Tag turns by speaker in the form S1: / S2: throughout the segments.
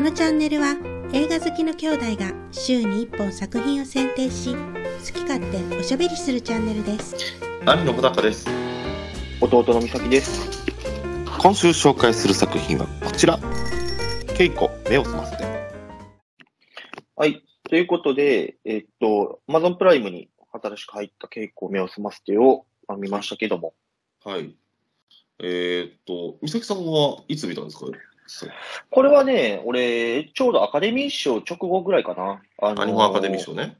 S1: のチャンネルは映画好きの兄弟が週に1本作品を選定し好き勝手おしゃべりするチャンネルです
S2: 兄の穂高です
S3: 弟の美咲です。
S2: 今週紹介する作品はこちらケイコ目を澄ませて
S3: はい。ということで、えっと、Amazon プライムに新しく入った稽古を目を澄ませてをまあ見ましたけども、
S2: はいえーっと美咲さんはいつ見たんですか
S3: これはね、俺、ちょうどアカデミー賞直後ぐらいかな。あの
S2: 日本アカデミー賞ね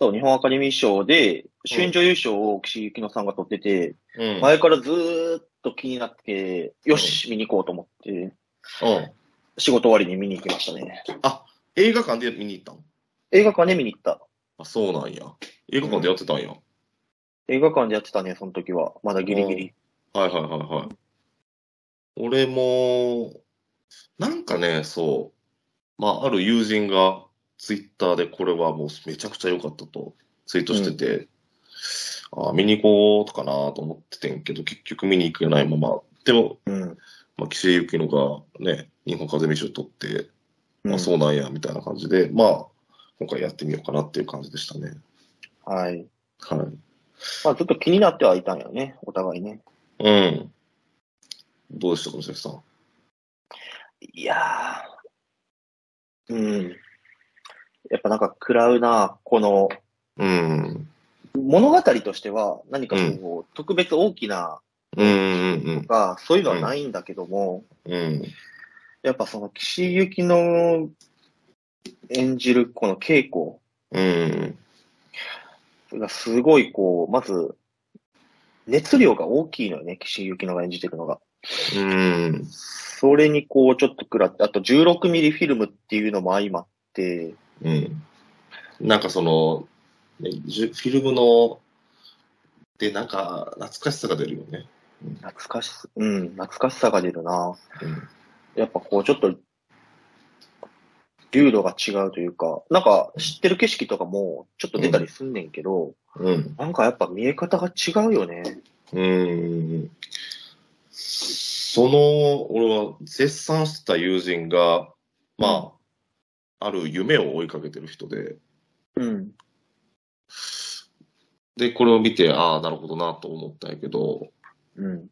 S3: そう、日本アカデミー賞で、主演女優賞を岸井ゆきのさんが取ってて、
S2: うん
S3: 前からずーっと気になって、よし、見に行こうと思って、
S2: うん
S3: 仕事終わりに見に行きましたね。
S2: あ映画館で見に行ったの
S3: 映画館で見に行った。
S2: あそうなんや映画館でやってたんや、
S3: 映画館でやってたね、その時は。まだギリギリ。
S2: はいはいはいはい俺もなんかねそうまあある友人がツイッターでこれはもうめちゃくちゃ良かったとツイートしてて、あ見に行こうとかなと思っててんけど結局見に行けないままでも、
S3: うん。
S2: まあ、岸井ゆきのがね日本風見賞取って、
S3: うん
S2: まあ、そうなんやみたいな感じで、まあ今回やってみようかなっていう感じでしたね
S3: はい。
S2: はい
S3: まあ、ずっと気になってはいたんよね、お互いね。
S2: うんどうでしたか美咲さん
S3: いやー。うん。やっぱなんか食らうな、この、
S2: うん
S3: 物語としては何かこう、特別大きな
S2: うんうんうん
S3: とか、そういうのはないんだけども、
S2: うん。
S3: やっぱその岸井ゆきの演じるこの稽古
S2: うん。
S3: がすごいこう、まず、熱量が大きいのよね、岸井ゆきのが演じてるのが。
S2: うん。
S3: それにこう、ちょっと食らって、あと16ミリフィルムっていうのも相まって、
S2: うん。なんかその、ねじゅフィルムの、で、なんか、懐かしさが出るよね。
S3: 懐かしさ、うん、懐かしさが出るな。
S2: うん。
S3: やっぱこう、ちょっと、流度が違うというか、なんか知ってる景色とかもちょっと出たりすんねんけど、
S2: うん。
S3: なんかやっぱ見え方が違うよね。
S2: うん。その、俺は絶賛してた友人が、まあ、ある夢を追いかけてる人で、
S3: うん。
S2: で、これを見て、ああ、なるほどなと思ったんやけど、
S3: うん。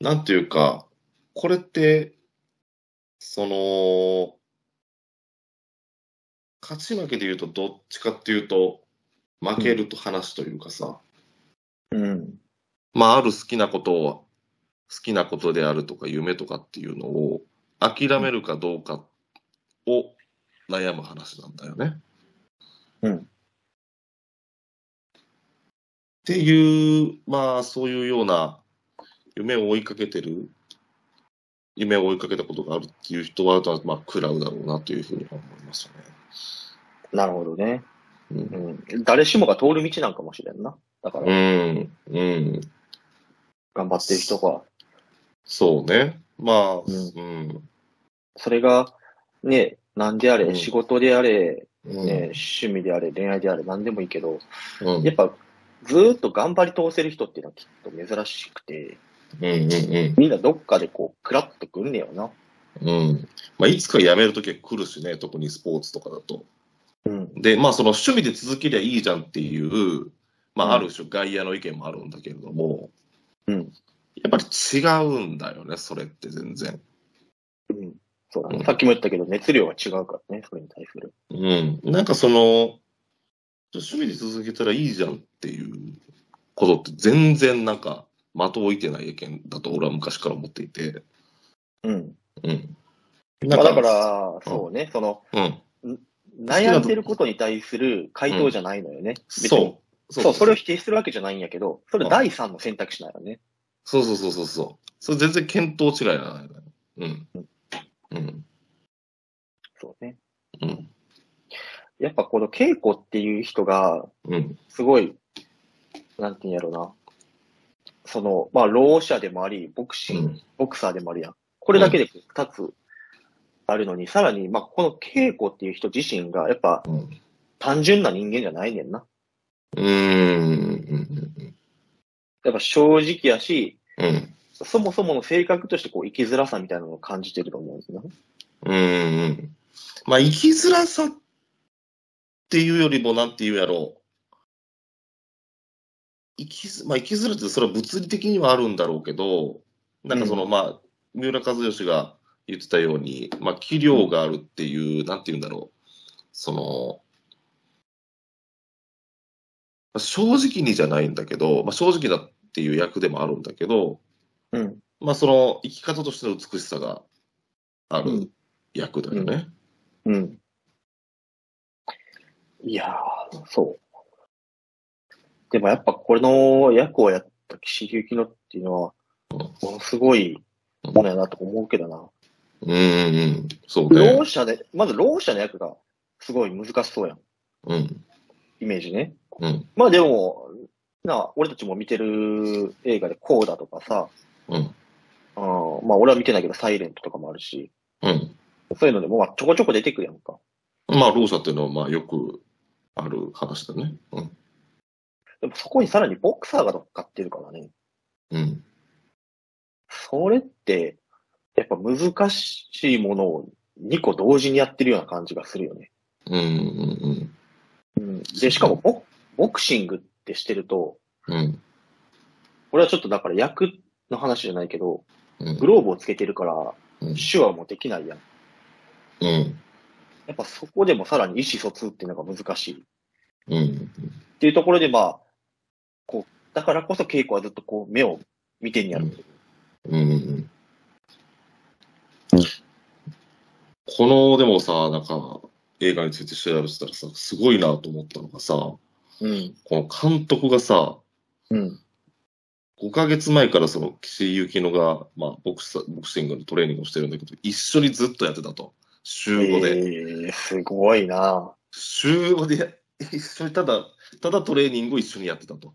S2: なんていうか、これって、その、勝ち負けで言うと、どっちかっていうと、負けると話というかさ、
S3: うん。
S2: まあ、ある好きなことを、好きなことであるとか、夢とかっていうのを、諦めるかどうかを悩む話なんだよね。
S3: うん
S2: っていう、まあ、そういうような、夢を追いかけてる、夢を追いかけたことがあるっていう人は、まあ、食らうだろうなというふうには思いましたね。
S3: なるほどね。
S2: うん
S3: うん。誰しもが通る道なんかもしれんな。だか
S2: う
S3: ら、
S2: ん、うん、
S3: 頑張ってる人が、
S2: そうね。まあ、うんん、
S3: それが、ね、なんであ
S2: う
S3: れ、
S2: ん
S3: 仕事であれ、
S2: うん、
S3: ね、趣味であれ、恋愛であれ、なんでもいいけど、
S2: うん、うん
S3: やっぱ、ずーっと頑張り通せる人っていうのはきっと珍しくて、
S2: うん、
S3: みんなどっかでこう、クラッとくんねよな。
S2: うん、うん。まあ、いつか辞めるときは来るしね、特にスポーツとかだと。
S3: うん。
S2: で、まあ、その趣味で続けりゃいいじゃんっていう、ま
S3: うん
S2: あ、ある種、外野の意見もあるんだけれども、
S3: うん。
S2: やっぱり違うんだよね、それって全然。
S3: うん。そうだね。
S2: うん
S3: さっきも言ったけど、熱量が違うからね、それに対する。
S2: うん、なんかその、趣味で続けたらいいじゃんっていうことって全然なんか的を置いてない意見だと俺は昔から思っていて。
S3: うん。
S2: うん。
S3: まあ、だか
S2: なん、
S3: ら、そうね、その、
S2: うん、
S3: 悩んでることに対する回答じゃないのよね。別に
S2: そう。
S3: そう、それを否定するわけじゃないんやけど、それ第三の選択肢なのね。
S2: そうそうそうそうそう。それ全然見当違いじゃないうん。うん。
S3: そうね。
S2: うん。
S3: やっぱこの稽古っていう人が、
S2: うん。
S3: すごい、なんていうんやろな。その、まあ、老者でもあり、ボクシング、ボクサーでもあるやん。これだけで2つあるのに、さらに、まあ、この稽古っていう人自身が、やっぱ
S2: うん。
S3: 単純な人間じゃないねんな。
S2: うん。うん。
S3: やっぱ正直やし、
S2: うん。
S3: そもそもの性格としてこう生きづらさみたいなのを感じてると思うんですよね。
S2: うん。まあ、生きづらさっていうよりも、なんて言うやろう。生きづ、まあ、生きづらって、それは物理的にはあるんだろうけど、なんかその、
S3: う
S2: まあ、三浦和義が言ってたように、まあ、器量があるっていう、なんて言うんだろう。その、まあ正直にじゃないんだけど、まあ、正直だっていう役でもあるんだけど、
S3: うん。
S2: まあ、その生き方としての美しさがある役だよね。
S3: うん。いやー、そう。でもやっぱこの役をやった岸井ゆきのっていうのは、
S2: うん
S3: ものすごいものやなと思うけどな。
S2: うん、うん、うん。そうね
S3: 老。者で、まず老者の役がすごい難しそうやん。
S2: うん、
S3: イメージね。
S2: うん、
S3: まあでも、な、俺たちも見てる映画でこうだとかさ、
S2: うん、
S3: うん、まあ俺は見てないけどサイレントとかもあるし、
S2: うん。
S3: そういうのでもまあちょこちょこ出てくるやんか。
S2: まあ、ろう者っていうのは、まあ、よくある話だね。うん、
S3: でもそこにさらにボクサーが乗っかってるからね。
S2: うん、
S3: それって、やっぱ難しいものを2個同時にやってるような感じがするよね。
S2: うん、うん、
S3: うん、で、しかもボボクシングってしてると、
S2: うん、うん、
S3: 俺はちょっとだから役の話じゃないけど、
S2: うん
S3: グローブをつけてるから
S2: うん、
S3: 手話もできないやん。
S2: うん、
S3: やっぱそこでもさらに意思疎通っていうのが難しい。
S2: うん、
S3: っていうところで、まあ、こう、だからこそ稽古はずっとこう、目を見てにやる。
S2: うん。この、でもさ、なんか、映画について調べてたらさ、すごいなと思ったのがさ、こ
S3: うん。
S2: の監督がさ、
S3: うん。
S2: 5ヶ月前からその岸井ゆきのが、まあ、ボクサボクシングのトレーニングをしてるんだけど、一緒にずっとやってたと。週5で。
S3: えー、すごいな
S2: 週5で一緒にただ、ただトレーニングを一緒にやってたと。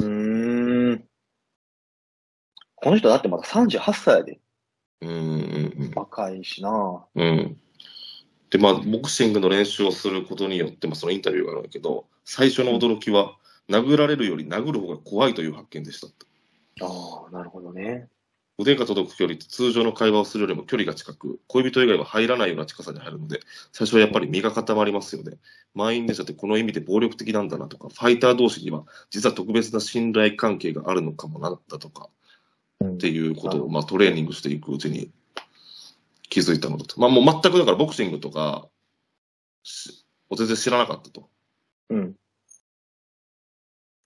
S3: うーん。この人だってまだ38歳やで。
S2: うんうん
S3: 若いしな
S2: うん。うん。で、まあ、ボクシングの練習をすることによって、まあ、そのインタビューがあるんだけど、最初の驚きは、殴られるより殴る方が怖いという発見でしたと。
S3: ああ、なるほどね。
S2: 腕が届く距離って通常の会話をするよりも距離が近く、恋人以外は入らないような近さに入るので、最初はやっぱり身が固まりますよね。満員電車ってこの意味で暴力的なんだなとか、ファイター同士には実は特別な信頼関係があるのかもなだとか、
S3: うん
S2: っていうこと
S3: う
S2: を、まあ、トレーニングしていくうちに気づいたのだと。まあ、もう全くだからボクシングとか、し全然知らなかったと。
S3: うん。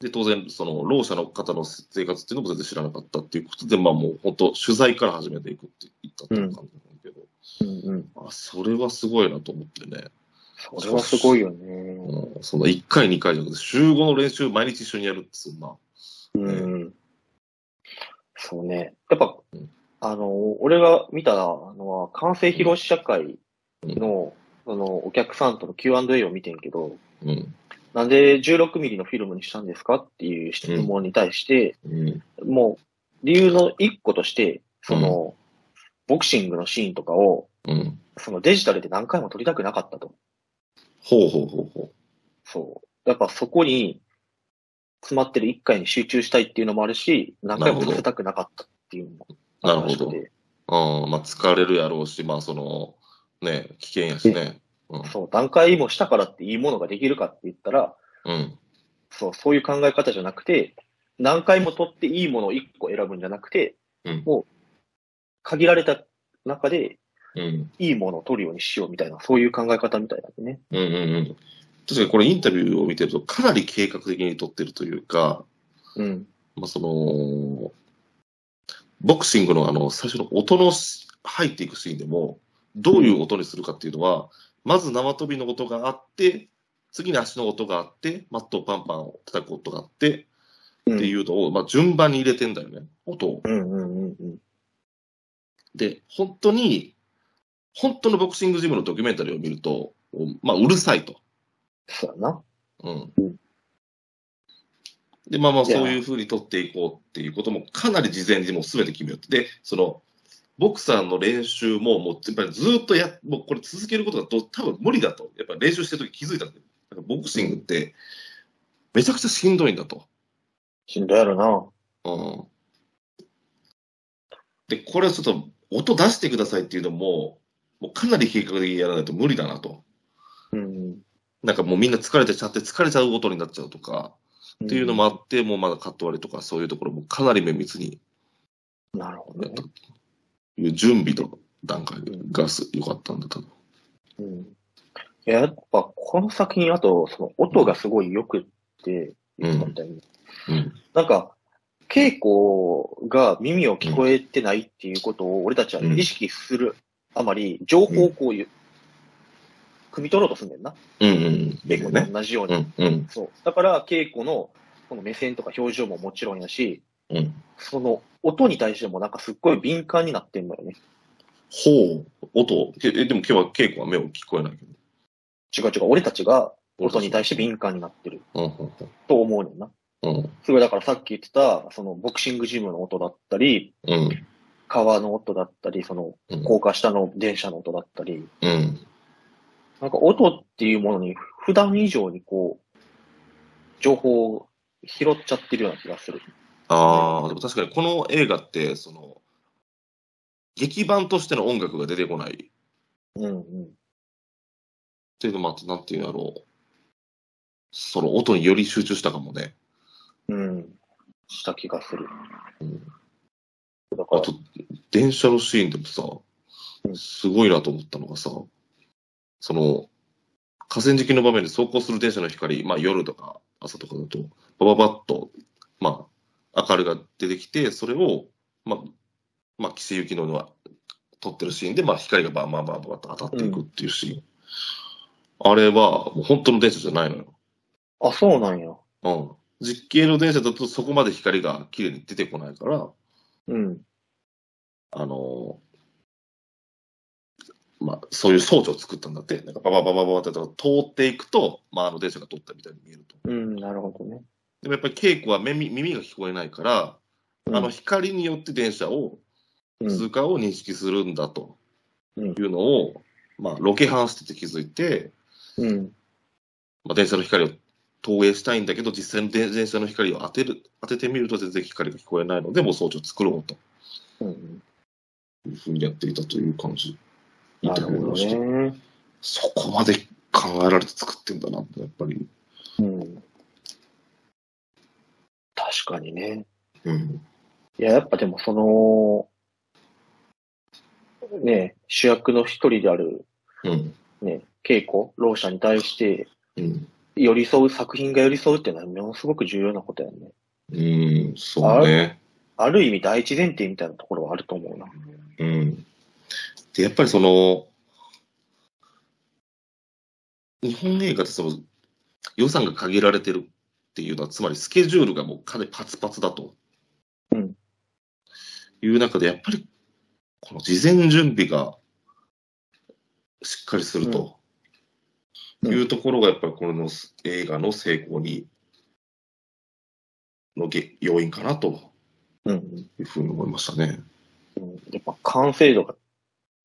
S2: で、当然、その、ろう者の方の生活っていうのも全然知らなかったっていうことで、まあもう本当、取材から始めていくって言ったっていう感じなんだけど、
S3: うんうん。
S2: あ、それはすごいなと思ってね。
S3: それはすごいよね。
S2: うん、その1回、2回じゃなくて、週5の練習毎日一緒にやるって、そんな。
S3: うん。そうね。やっぱ
S2: うん、
S3: あの、俺が見たのは、完成披露試写会の、その、お客さんとの Q&A を見てんけど、
S2: うん。
S3: なんで16ミリのフィルムにしたんですかっていう質問に対して、
S2: うん。
S3: もう、理由の一個として、その、ボクシングのシーンとかを、
S2: うん。
S3: そのデジタルで何回も撮りたくなかったと。
S2: ほうほうほうほ
S3: そう。やっぱそこに、詰まってる一回に集中したいっていうのもあるし、何回も撮せたくなかったっていうのもあるらしくて。
S2: う。うん。まあ、疲れるやろうし、まあ、その、ね、危険やしね。うん。
S3: そう、段階もしたからっていいものができるかって言ったら、
S2: うん。
S3: そう、そういう考え方じゃなくて、何回も取っていいものを1個選ぶんじゃなくて、
S2: うん
S3: もう、限られた中で
S2: うん。
S3: いいものを取るようにしようみたいな、そういう考え方みたいなんでね。
S2: うんうんうん。確かにこれインタビューを見てると、かなり計画的に撮ってるというか、
S3: うん。
S2: まあ、その、ボクシングのあの、最初の音のし入っていくシーンでも、どういう音にするかっていうのは、まず縄跳びの音があって、次に足の音があって、マットをパンパンを叩く音があって、
S3: うん
S2: っていうのを、まあ、順番に入れてんだよね、音を。
S3: うんうんうんうん。
S2: で、本当に、本当のボクシングジムのドキュメンタリーを見ると、まあ、うるさいと。
S3: そうやな。
S2: うん
S3: うん
S2: で、まあまあ、
S3: いや
S2: そういうふうに取っていこうっていうことも、かなり事前にもうすべて決めようって、で、その、ボクサーの練習も、もう、やっぱりずっとや、もうこれ続けることだと、多分無理だと、やっぱり練習してるとき気づいたんだよ。だからボクシングって、めちゃくちゃしんどいんだと。
S3: しんどいやろな。
S2: うん。で、これはちょっと、音出してくださいっていうのも、もうかなり計画的にやらないと無理だなと。
S3: うん。
S2: なんかもうみんな疲れてちゃって疲れちゃうことになっちゃうとか、っていうのもあって、もうまだカット割りとかそういうところもかなり綿密に
S3: なるほど
S2: やっ
S3: ね
S2: た。という準備の段階がす良かったんだと。
S3: うん。やっぱこの作品、あと、その音がすごい良くって、
S2: うん
S3: いつもみたいに。
S2: うん。
S3: なんか、稽古が耳を聞こえてないっていうことを俺たちは意識するあまり、情報をこういう、汲み取ろうとすんねんな。
S2: うんうん。
S3: 稽古と。同じよう
S2: う
S3: に。
S2: んうん。
S3: そう。だから、稽古の、この目線とか表情ももちろんやし、
S2: うん。
S3: その音に対してもなんかすっごい敏感になってんのよね。
S2: ほう。音けえ、でも今日は稽古は目を聞こえないけど。
S3: 違う違う、俺たちが音に対して敏感になってる
S2: うん
S3: と思うねんな。
S2: うんうん。
S3: すごいだからさっき言ってた、そのボクシングジムの音だったり、
S2: うん。
S3: 川の音だったり、その
S2: うん。
S3: 高架下の電車の音だったり、
S2: うん。
S3: なんか音っていうものに普段以上にこう、情報を拾っちゃってるような気がする。
S2: ああ、でも確かにこの映画って、その、劇版としての音楽が出てこないっ
S3: うんうん。
S2: ていうのもあって、なんていうんだろう。その音により集中したかもね。
S3: うん。した気がする。
S2: うん
S3: だか
S2: あ
S3: ら、
S2: と、電車のシーンでもさ
S3: う、ん
S2: すごいなと思ったのがさ、その、河川敷の場面で走行する電車の光、まあ夜とか朝とかだと、バババッと、まあ、明かりが出てきて、それを、まあ、まあ、岸行きのは撮ってるシーンで、まあ光がバンバンバンバンと当たっていくっていうシーン。あれは、もう本当の電車じゃないのよ。
S3: あ、そうなんや。
S2: うん。実景の電車だとそこまで光が綺麗に出てこないから、
S3: うん。
S2: あのまあ、そういう装置を作ったんだって、なんかババババババってやったら通っていくと、まあ、あの電車が通ったみたいに見えると。
S3: うん、なるほどね。
S2: でもやっぱり稽古は耳耳が聞こえないから、あの光によって電車を、
S3: うん、
S2: 通過を認識するんだと
S3: うん
S2: いうのを、まあ、ロケハンしてて気づいて、
S3: うん。
S2: まあ、電車の光を投影したいんだけど、実際の電電車の光を当てる当ててみると全然光が聞こえないので、もう装置を作ろうと
S3: うん。
S2: いうふうにやっていたという感じ。
S3: なるほどね。
S2: そこまで考えられて作ってんだなって、やっぱり。
S3: うん。確かにね。
S2: うん。
S3: いや、やっぱでもその、ね、主役の一人である、
S2: うん。
S3: ね、稽古、ろう者に対して
S2: うん。
S3: 寄り添う、作品が寄り添うっていうのはものすごく重要なことやね。
S2: うん、そうね。
S3: ある意味第一前提みたいなところはあると思うな。
S2: うん。で、やっぱりその、日本映画ってその、予算が限られてるっていうのは、つまりスケジュールがもうかなりパツパツだと。
S3: うん。
S2: いう中で、やっぱり、この事前準備がしっかりすると。
S3: うん
S2: いうところがやっぱりこの映画の成功にのげ要因かなと
S3: うん。
S2: いうふうに思いましたね。
S3: うん、やっぱ完成度が、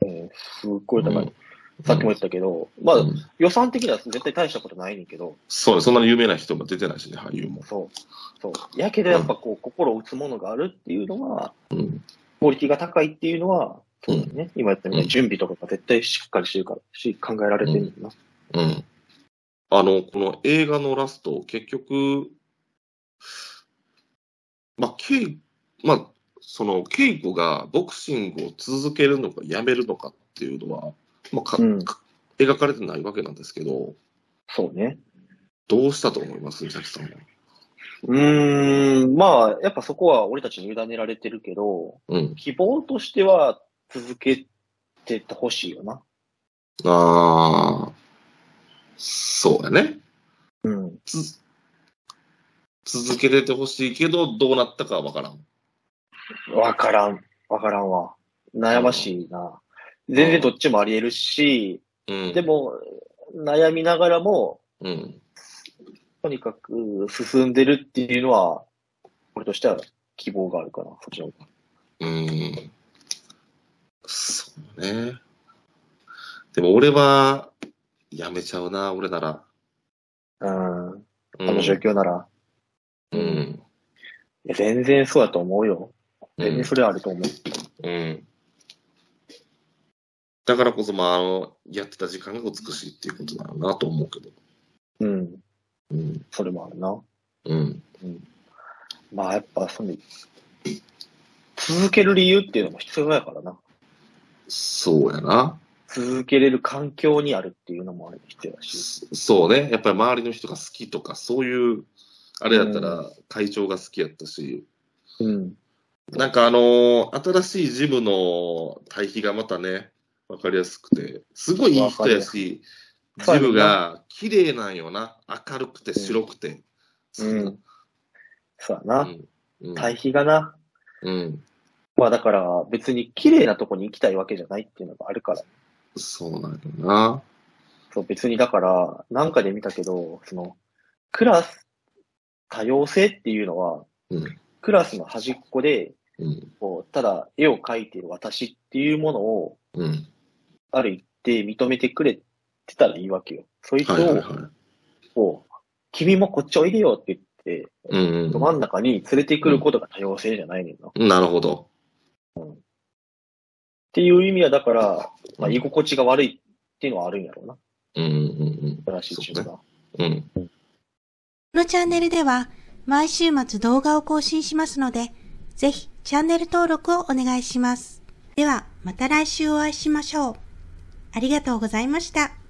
S3: うん、すっごい高い。
S2: うん
S3: さっきも言ったけど、まあ
S2: うん
S3: 予算的には絶対大したことないねんけど、
S2: そうね、そんなに有名な人も出てないしね、俳優も。
S3: そう。そう。やけどやっぱこう、心を打つものがあるっていうのは、
S2: うん、
S3: クオリティが高いっていうのは、そうだよね。今言ったみたい
S2: うん
S3: に準備とかが絶対しっかりしてるから、し、考えられてるんだな。
S2: うん。あの、この映画のラスト、結局、まあ、ケイ、まあ、その、ケイコがボクシングを続けるのかやめるのかっていうのは、まあか
S3: うん
S2: か描かれてないわけなんですけど、
S3: そうね。
S2: どうしたと思います、美咲さんは。
S3: うーん、まあ、やっぱそこは俺たちに委ねられてるけど、
S2: うん。
S3: 希望としては続けてってほしいよな。
S2: ああ、そうやね。
S3: うん。
S2: つ続けててほしいけど、どうなったかはわからん。
S3: わからん。わからんわ。悩ましいな。全然どっちもあり得るし、
S2: うん。
S3: でも、悩みながらも、
S2: うん。
S3: とにかく進んでるっていうのは、俺としては希望があるかな、そっちの方が。
S2: うーん。そうね。でも俺は、やめちゃうな、俺なら。
S3: うん。
S2: う
S3: あの状
S2: ん。
S3: 況なら。
S2: うん。
S3: いや全然そうだと思うよ。
S2: う
S3: 全
S2: ん
S3: 然それはあると思
S2: う
S3: う。
S2: ん。だからこそ、まあ、あの、やってた時間が美しいっていうことだろうなと思うけど。
S3: うん。
S2: うん。
S3: それもあるな。
S2: うん。
S3: まあやっぱその、続ける理由っていうのも必要だからな。
S2: そうやな。
S3: 続けれる環境にあるっていうのもあれ必要だし。
S2: そそうね。やっぱり周りの人が好きとか、そういう、あれやったら会長が好きやったし、
S3: うん。
S2: なんかあのー新しいジムの対比がまたね、わかりやすくて、すごいいい人やし、
S3: わか
S2: ジ
S3: る
S2: ムが綺麗なんよな。明るくて白くて。
S3: うん。そうやな。
S2: うん。
S3: 対比がな。
S2: うん。
S3: まあだから別に綺麗なとこに行きたいわけじゃないっていうのがあるから。
S2: そうなんだな。
S3: そう別にだから、なんかで見たけど、その、クラス、多様性っていうのは、
S2: うん
S3: クラスの端っこで、
S2: うん。
S3: こうただ絵を描いている私っていうものを、
S2: うん。
S3: ある一定認めてくれてたらいいわけよ。そいつ
S2: はいはい
S3: を、
S2: は
S3: こう、君もこっちおいでよって言って、
S2: い。うん、
S3: ど真ん中に連れてくることが多様性じゃないねんな。っ
S2: うん。なるほど。
S3: ていう意味は、だから、まあ、
S2: うん
S3: 居心地が悪いっていうのはあるんやろうな。
S2: うんうん
S3: 新しいチームが。
S2: うん。うん。
S1: このチャンネルでは毎週末動画を更新しますので、ぜひチャンネル登録をお願いします。ではまた来週お会いしましょう。ありがとうございました。